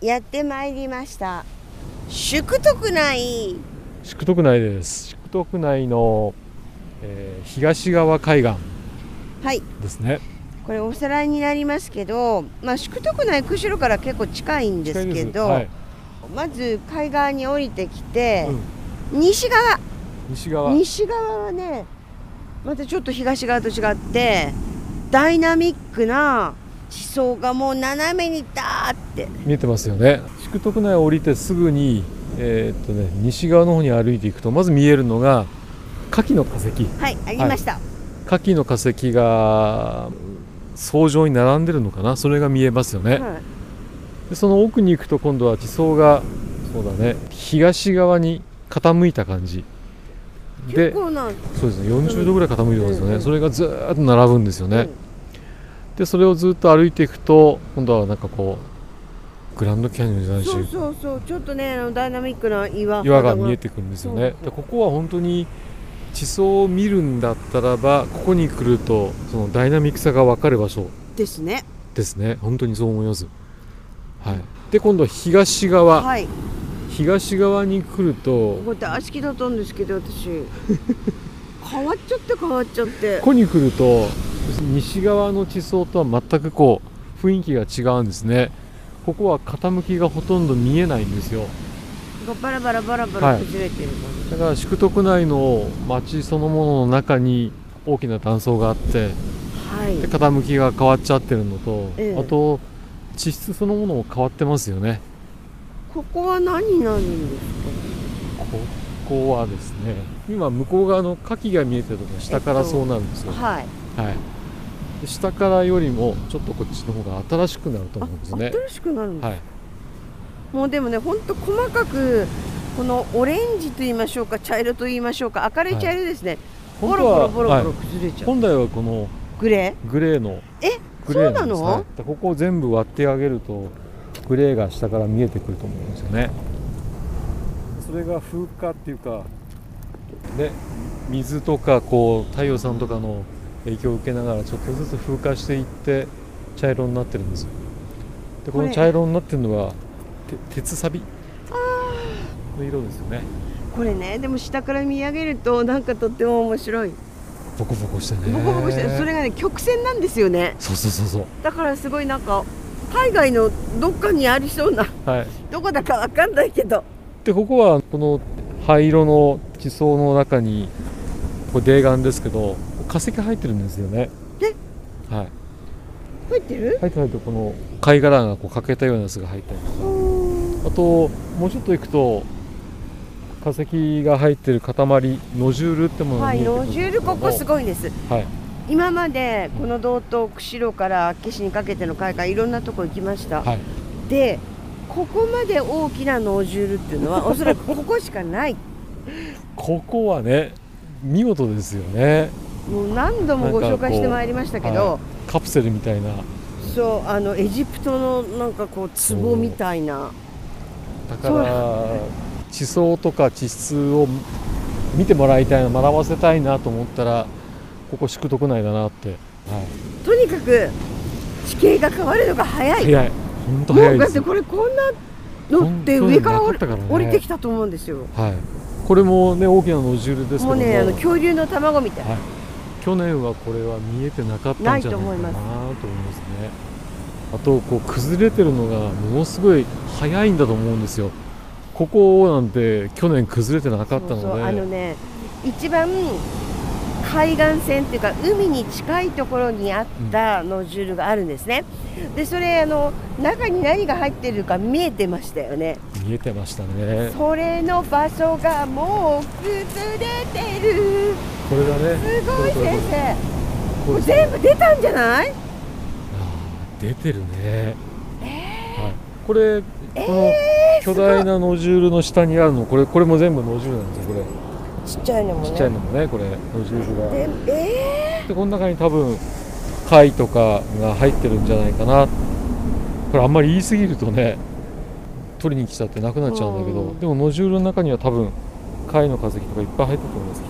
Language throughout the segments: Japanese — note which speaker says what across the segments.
Speaker 1: やってまいりました宿徳内
Speaker 2: 宿徳内です宿徳内の、えー東側海岸
Speaker 1: はい
Speaker 2: ですね
Speaker 1: これおさらいになりますけど、まあ、宿徳内釧路から結構近いんですけど
Speaker 2: 近いで
Speaker 1: まず海岸に降りてき
Speaker 2: す
Speaker 1: て
Speaker 2: はい、う、ん
Speaker 1: 西側
Speaker 2: 西側
Speaker 1: 西側はねまたちょっと東側と違ってダイナミックな地層がもう斜めにダーって
Speaker 2: 見えてますよね宿徳内を降りてすぐに、えーっとね、西側の方に歩いていくとまず見えるのが牡蠣の化石
Speaker 1: はいありました、
Speaker 2: 牡蠣の化石が層状に並んでるのかなそれが見えますよね、
Speaker 1: はい
Speaker 2: でその奥に行くと今度は地層がそうだね東側に傾いた感じ
Speaker 1: 結
Speaker 2: で
Speaker 1: 構な、
Speaker 2: そうですね40度ぐらい傾いてますよね、
Speaker 1: うんうん
Speaker 2: それがずーっと並ぶんですよね、
Speaker 1: うん
Speaker 2: でそれをずっと歩いていくと今度はなんかこうグランドキャニオンじゃないし
Speaker 1: そうそうそうちょっとねあのダイナミックな岩
Speaker 2: 岩が見えてくるんですよね
Speaker 1: そう
Speaker 2: でここは本当に地層を見るんだったらばここに来るとそのダイナミックさが分かる場所
Speaker 1: ですね
Speaker 2: ですね本当にそう思います、はい、で今度東側、
Speaker 1: はい
Speaker 2: 東側に来ると
Speaker 1: ここって足利だったんですけど 私変わっちゃって変わっちゃって
Speaker 2: ここに来ると西側の地層とは全くこう雰囲気が違うんですねここは傾きがほとんど見えないんですよ
Speaker 1: バラバラバラバ
Speaker 2: は
Speaker 1: ラ
Speaker 2: い
Speaker 1: 崩れてる感
Speaker 2: だから宿徳内の町そのものの中に大きな断層があって
Speaker 1: じはい、
Speaker 2: で傾きが変わっちゃってるのと、
Speaker 1: ええ
Speaker 2: あと地質そのものも変わってますよね
Speaker 1: ここは何になるんです
Speaker 2: ここはですね今向こう側の牡蠣が見えてるところ下からそうなるんですよ、
Speaker 1: かはい
Speaker 2: はいで下からよりもちょっとこっちの方が新しくなると
Speaker 1: あ
Speaker 2: 思うんですね
Speaker 1: 新しくなるんです
Speaker 2: はい
Speaker 1: もうでもね、ほんと細かくこのオレンジと言いましょうか、茶色と言いましょうか、明るい茶色ですね。ボ
Speaker 2: 本
Speaker 1: ロ
Speaker 2: 当
Speaker 1: ボ
Speaker 2: は
Speaker 1: ロボロボロ
Speaker 2: はい
Speaker 1: 崩れちゃう。
Speaker 2: 本来はこの
Speaker 1: グレ
Speaker 2: グレーの
Speaker 1: ー？え、
Speaker 2: グレー
Speaker 1: そうなの
Speaker 2: はいでここを全部割ってあげるとグレーが下から見えてくると思うんですよねそれが風化っていうかね水とかこう太陽さんとかの影響を受けながらちょっとずつ風化していって茶色になってるんですよでこ
Speaker 1: こ
Speaker 2: の
Speaker 1: れ
Speaker 2: 茶色になってるのがて鉄サビの色ですよね
Speaker 1: これね、でも下から見上げるとなんかとっても面白い。
Speaker 2: ボコボコしてね
Speaker 1: ボコボコして、それがね曲線なんですよね。
Speaker 2: そうそうそうそ
Speaker 1: だからすごいなんか海外のどっかにありそうな、
Speaker 2: うはい
Speaker 1: どこだかわかんないけど。
Speaker 2: でここはこの灰色の地層の中にこれ泥岩ですけど化石入ってるんですよね
Speaker 1: え
Speaker 2: はい
Speaker 1: 入ってる？
Speaker 2: 入ってないとこの貝殻がこう欠けたようなやつが入ったり
Speaker 1: うーん
Speaker 2: あともうちょっと行くと化石が入ってる塊ノジュールってものが
Speaker 1: は
Speaker 2: 見
Speaker 1: い、
Speaker 2: えてくる
Speaker 1: ロ
Speaker 2: んです
Speaker 1: ジ
Speaker 2: け
Speaker 1: ュー
Speaker 2: ど
Speaker 1: ルここすごいんです。
Speaker 2: はい
Speaker 1: 今までこの道東釧路から岸にかけての海岸いろんなとこ行きました、
Speaker 2: はい
Speaker 1: でここまで大きなノジュールっていう のはおそらくここしかない
Speaker 2: ここはね見事ですよね
Speaker 1: もう何度もご紹介してまいりましたけど、
Speaker 2: カプセルみたいな
Speaker 1: そうあのエジプトのなんかこう壺みたいな
Speaker 2: だから地層とか地質を見てもらいたいな学ばせたいなと思ったらここ宿徳内だなって、はい
Speaker 1: とにかく地形が変わるのが早い
Speaker 2: 早い本当早
Speaker 1: もう
Speaker 2: いで
Speaker 1: だっ
Speaker 2: す
Speaker 1: てこれこんなのって
Speaker 2: 本当に
Speaker 1: 上から降
Speaker 2: な
Speaker 1: り
Speaker 2: かったからね
Speaker 1: 降りてきたと思うんですよ
Speaker 2: はい、これもね大きなノジュールですけ
Speaker 1: も
Speaker 2: ども
Speaker 1: うねあの恐竜の卵みたいな
Speaker 2: はい、去年はこれは見えてなかったんじゃないかなと思い
Speaker 1: ないと
Speaker 2: ますねあとこう崩れてるのがものすごい早いんだと思うんですよここなんて去年崩れてなかったので
Speaker 1: そうそうあのね一番海岸線っていうか海に近いところにあったノジュールがあるんですね、でそれあの中に何が入ってるか見えてましたよね
Speaker 2: 見えてましたね
Speaker 1: それの場所がもう崩れてる
Speaker 2: これだね
Speaker 1: すごい
Speaker 2: これこれ
Speaker 1: 先生
Speaker 2: こ
Speaker 1: こ
Speaker 2: れ
Speaker 1: れ全部出たんじゃない
Speaker 2: あー出てるね、はい、これこの巨大なノジュールの下にあるのこれこれも全部ノジュールなんですよこ
Speaker 1: ちっちゃいのもね
Speaker 2: れちっちゃいのもねこれノジュールが
Speaker 1: でえ
Speaker 2: でこの中に多分貝とかが入ってるんじゃないかなこれあんまり言い過ぎるとね取りに来ちゃってなくなっちゃうんだけど、
Speaker 1: うん
Speaker 2: でもノジュールの中には多分貝の化石とかいっぱい入ってると思いますきっ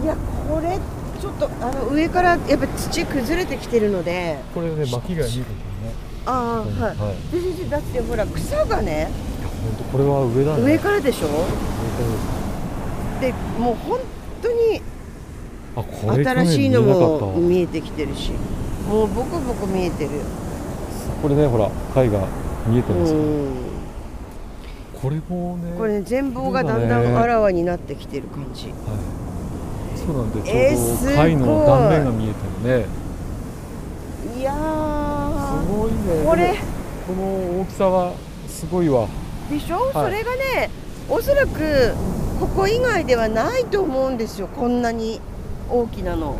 Speaker 1: ーいやこれちょっとあの上からやっぱ土崩れてきてるので
Speaker 2: とこれね巻き貝見えてるね
Speaker 1: ああはい、
Speaker 2: はい
Speaker 1: で先生だってほら草がね
Speaker 2: いや本当これは上だね
Speaker 1: 上からでしょ
Speaker 2: 上
Speaker 1: でもう本当に
Speaker 2: からですあこれ
Speaker 1: 新しいの
Speaker 2: 去年見えなかっ
Speaker 1: も
Speaker 2: たわ
Speaker 1: 見えてきてるしもうボコボコ見えてる
Speaker 2: これねほら貝が見えてますよ、
Speaker 1: うん
Speaker 2: これもね
Speaker 1: これ、ね、全貌がだんだ
Speaker 2: そうだ
Speaker 1: ん
Speaker 2: ね
Speaker 1: あらわになってきてる感じ
Speaker 2: はい、そうなんで
Speaker 1: えー
Speaker 2: ちょう
Speaker 1: すご
Speaker 2: ど
Speaker 1: い
Speaker 2: 貝の断面が見えてるね
Speaker 1: いや
Speaker 2: す
Speaker 1: ー
Speaker 2: ごいね
Speaker 1: これ
Speaker 2: でもこの大きさはすごいわ
Speaker 1: でしょ、
Speaker 2: い
Speaker 1: それがねおそらくここ以外ではないと思うんですよこんなに大きなの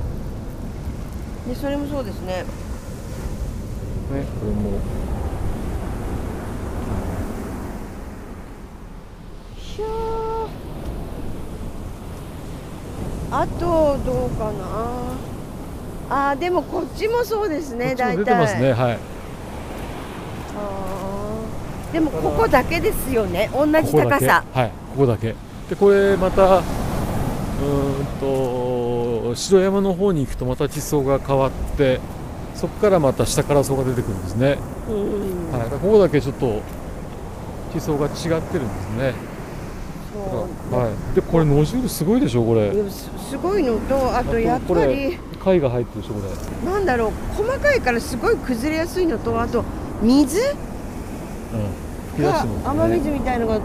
Speaker 1: でそれもそうですね
Speaker 2: ね、これも
Speaker 1: ひゃーあとどうかなあーでもこっちもそうです
Speaker 2: こ
Speaker 1: ね
Speaker 2: っちも
Speaker 1: 大体
Speaker 2: 出てますねはい
Speaker 1: あーでもここだけですよね同
Speaker 2: こ
Speaker 1: じ
Speaker 2: こだ
Speaker 1: 高
Speaker 2: け
Speaker 1: さ
Speaker 2: はいここだけでこれまたうーんと白山の方に行くとまた地層が変わってそこからまた下から層が出てくるんですね、
Speaker 1: うん
Speaker 2: はい、ここだけちょっと地層が違ってるんですね、
Speaker 1: そう
Speaker 2: はい、でこれ野汁すごいでしょこれ
Speaker 1: いやすすごいのとあ
Speaker 2: あと
Speaker 1: とやっ
Speaker 2: こ
Speaker 1: ぱ
Speaker 2: れ
Speaker 1: り
Speaker 2: 貝が入ってるでしょこれ
Speaker 1: なんだろう細かいからすごい崩れやすいのとあと水
Speaker 2: うん吹き出し
Speaker 1: が
Speaker 2: てますね
Speaker 1: 雨水みたいのが、
Speaker 2: は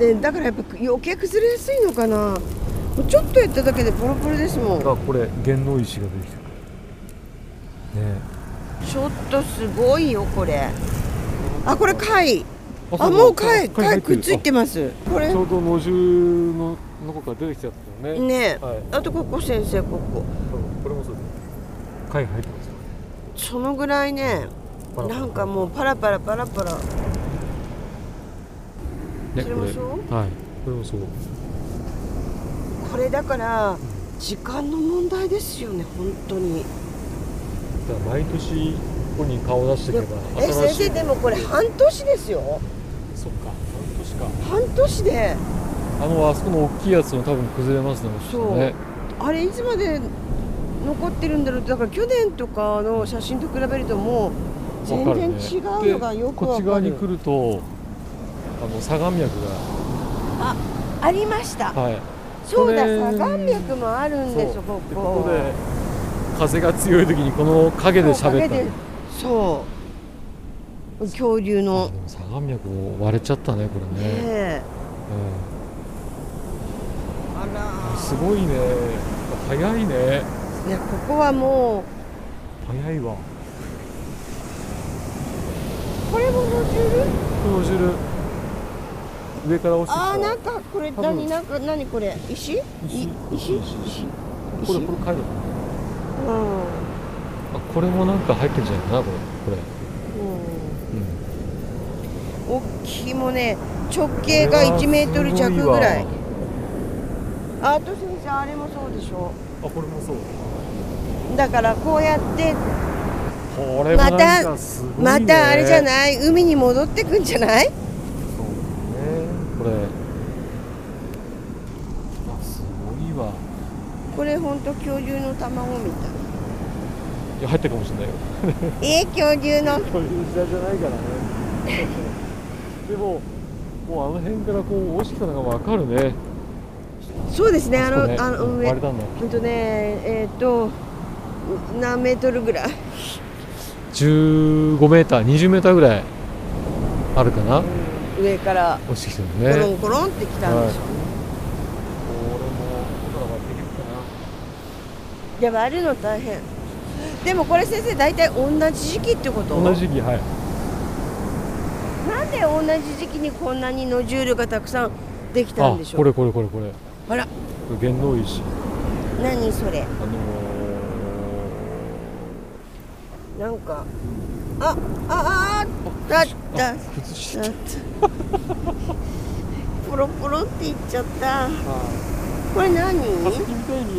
Speaker 1: でだからやっぱ余計崩れやすいのかなもうちょっとやっただけでポロポロですもん
Speaker 2: あこれ原能石が出てきたね
Speaker 1: ちょっとすごいよこれあこれ貝
Speaker 2: え
Speaker 1: あもう貝貝くっついて
Speaker 2: ま
Speaker 1: ますこれ
Speaker 2: ちょうど野獣のの子から出てきちゃったよね
Speaker 1: ね
Speaker 2: はい
Speaker 1: あとここ先生ここ
Speaker 2: これもそうです貝入ってますよ
Speaker 1: そのぐらいね
Speaker 2: パラパラ
Speaker 1: なんかもうパラパラパラパラ
Speaker 2: ね
Speaker 1: それもそう
Speaker 2: これはいこれもそう
Speaker 1: これだから時間の問題ですよね本当に
Speaker 2: だから毎年ここに顔出していけば
Speaker 1: え
Speaker 2: 新
Speaker 1: 先
Speaker 2: しい
Speaker 1: 生でもこれ半年ですよ
Speaker 2: そっか半年か
Speaker 1: 半年で
Speaker 2: あのあそこの大きいやつも多分崩れますね
Speaker 1: そう
Speaker 2: ね
Speaker 1: あれいつまで残ってるんだろうってだから去年とかの写真と比べるともう全
Speaker 2: わかる
Speaker 1: 然
Speaker 2: ね
Speaker 1: 違うのがよ
Speaker 2: で
Speaker 1: く
Speaker 2: こっ
Speaker 1: わ
Speaker 2: ち
Speaker 1: か
Speaker 2: 側に
Speaker 1: る
Speaker 2: 来るとあの相模脈
Speaker 1: ありました
Speaker 2: がはい
Speaker 1: そうだ
Speaker 2: 去年
Speaker 1: 相模脈もあるんですよこ
Speaker 2: でこ
Speaker 1: こ
Speaker 2: こで風が強い時にこの影で喋った
Speaker 1: そう影でそう恐竜
Speaker 2: あ
Speaker 1: の
Speaker 2: でも相模脈も割れちゃったねこ
Speaker 1: ね
Speaker 2: れね
Speaker 1: えあ
Speaker 2: うん、す
Speaker 1: ら
Speaker 2: ごいね早いね
Speaker 1: ーいやここはも
Speaker 2: 早いわ
Speaker 1: うこれもモジュール
Speaker 2: この汁上から落ちてきた
Speaker 1: あーなんかこれ
Speaker 2: 多分
Speaker 1: 何なんか何これ石い
Speaker 2: 石
Speaker 1: 石
Speaker 2: 石石これこれ貝だと思う
Speaker 1: うん、うん、
Speaker 2: あこれもなんか入ってるんじゃないかなこれこれ、うん、
Speaker 1: 大きいもね直径が1メートル弱ぐらい
Speaker 2: こ
Speaker 1: あと先生あれもそうでしょ
Speaker 2: れはすごいわあこれもそう
Speaker 1: だからこうやって
Speaker 2: これもなんかすごいね
Speaker 1: またあれじゃ
Speaker 2: い
Speaker 1: ない海に戻ってくんじゃない
Speaker 2: そうねこれあすごいわ
Speaker 1: これほんと恐竜の卵み たい
Speaker 2: いや入ってるかもしれないよ
Speaker 1: えー、恐竜の
Speaker 2: こういう時代じゃないからね でももうあの辺からこう落ちてきたのがわかるね
Speaker 1: そうですねあ
Speaker 2: そこ
Speaker 1: の
Speaker 2: ね
Speaker 1: あの
Speaker 2: うん
Speaker 1: 上
Speaker 2: 割れたんだ
Speaker 1: ほんとねえっ、と何メートルぐらい
Speaker 2: 15メーター20メーターぐらいあるかな
Speaker 1: 上から
Speaker 2: 落ちてきてる
Speaker 1: コ
Speaker 2: ね
Speaker 1: ロンコロンってきたんでしょうね、
Speaker 2: 俺もこから割ってき
Speaker 1: で
Speaker 2: るか
Speaker 1: もあるの大変でもこれ先生大体同じ時期ってこと
Speaker 2: 同じ時期はい
Speaker 1: なんで同じ時期にこんなにノジュールがたくさんできたんでしょう
Speaker 2: これこれこれこれ
Speaker 1: あら
Speaker 2: これ原能石
Speaker 1: 何それ
Speaker 2: あの
Speaker 1: なんかああああだっ
Speaker 2: ー、
Speaker 1: ただっ
Speaker 2: あ崩した
Speaker 1: ポロポロっていっちゃった
Speaker 2: たあ
Speaker 1: これ何
Speaker 2: 先みたいに見え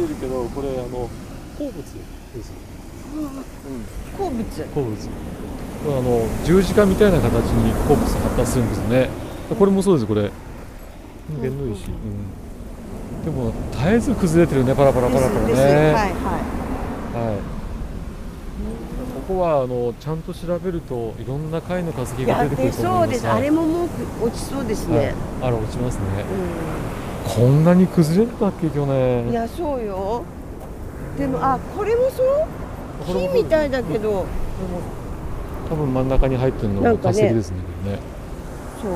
Speaker 2: るけどこれあの鉱物ですうん
Speaker 1: 鉱物
Speaker 2: 鉱物これあの十字架みたいな形に鉱物が発達するんですよねこれもそうですこれ原の石、うんでも絶えず崩れてるねパラパラパラパラね
Speaker 1: ですですはいは
Speaker 2: はい、ここはあのちゃんと調べるといろんな貝の化石
Speaker 1: い
Speaker 2: が
Speaker 1: や
Speaker 2: 出てく
Speaker 1: で
Speaker 2: ると思
Speaker 1: そ
Speaker 2: いうま
Speaker 1: ですす、
Speaker 2: はい
Speaker 1: あれももう落ちそうですね、
Speaker 2: はいあれ落ちますね
Speaker 1: う
Speaker 2: こんなに崩れるかっけ去
Speaker 1: ん、い
Speaker 2: 年
Speaker 1: やそうよでもあこれもそう
Speaker 2: これ
Speaker 1: 木
Speaker 2: も
Speaker 1: みたいだけど
Speaker 2: これも多分真ん中に入ってるの
Speaker 1: な
Speaker 2: が
Speaker 1: んか
Speaker 2: 化
Speaker 1: ね
Speaker 2: 石ですねこれね
Speaker 1: そう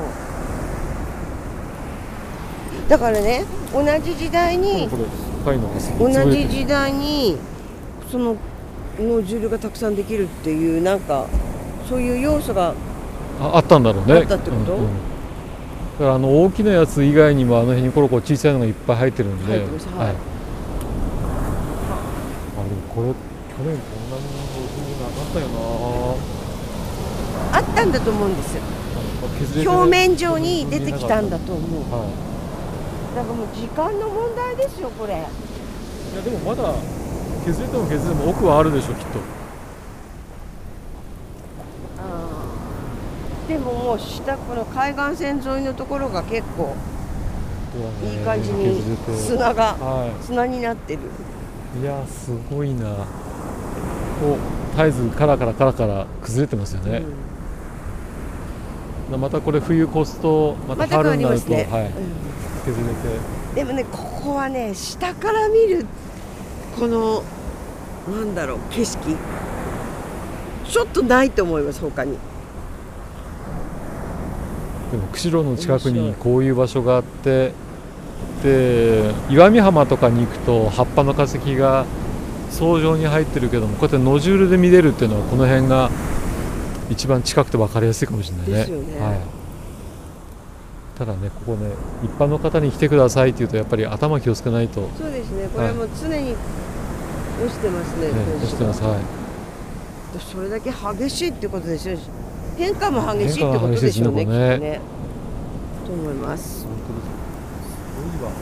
Speaker 1: だからね同じ時代に
Speaker 2: これ貝の化石
Speaker 1: 同
Speaker 2: 潰れて
Speaker 1: じ
Speaker 2: る
Speaker 1: 時代にそのノジュールがたくさんできるっていうなんかそういう要素が
Speaker 2: ああったんだろうね
Speaker 1: あったってこと
Speaker 2: だからあの大きなやつ以外にもあの辺にコロコロ小さいのがいっぱい入ってるんで
Speaker 1: 入ってますはい
Speaker 2: あでもこれ去年こんなに50なかったよな
Speaker 1: あったんだと思うんですよ
Speaker 2: 削れてない
Speaker 1: 表面上に出てきたんだと思う
Speaker 2: は
Speaker 1: だからもう時間の問題ですよこれ
Speaker 2: い、いやでもまだ削れても削れても奥はあるでしょきっと
Speaker 1: でももう下この海岸線沿いのところが結構いい感じに
Speaker 2: 削れて
Speaker 1: 砂が
Speaker 2: は
Speaker 1: 砂になってる
Speaker 2: い、いやすごいなこう絶えずカラカラカラカラ崩れてますよね、
Speaker 1: うん
Speaker 2: またこれ冬越すとまた
Speaker 1: また変わ
Speaker 2: 春に
Speaker 1: り
Speaker 2: な
Speaker 1: ま
Speaker 2: る
Speaker 1: す
Speaker 2: と、
Speaker 1: ね、
Speaker 2: はい、削れて
Speaker 1: うんでもねここはね下から見るこのなんだろう景色ちょっとないと思います他に
Speaker 2: でも釧路の近くにこういう場所があってで岩見浜とかに行くと葉っぱの化石が層状に入ってるけどもこうやってノジュールで見れるっていうのはこの辺が一番近くて分かりやすいかもしれないね。
Speaker 1: ですよね
Speaker 2: はい、ただねここね一般の方に来てくださいっていうとやっぱり頭気をつけないと、ね、
Speaker 1: そうですね
Speaker 2: これはも
Speaker 1: う常に落ちてますね
Speaker 2: 落ちてます。はい
Speaker 1: それだけ激しいってことでしょうし変化も激しいって
Speaker 2: 変化
Speaker 1: こ
Speaker 2: も
Speaker 1: と
Speaker 2: 激しい
Speaker 1: で
Speaker 2: です
Speaker 1: しょ
Speaker 2: ね
Speaker 1: うね
Speaker 2: こ
Speaker 1: きっと
Speaker 2: れね
Speaker 1: ねと思います
Speaker 2: 本当ですすごいわ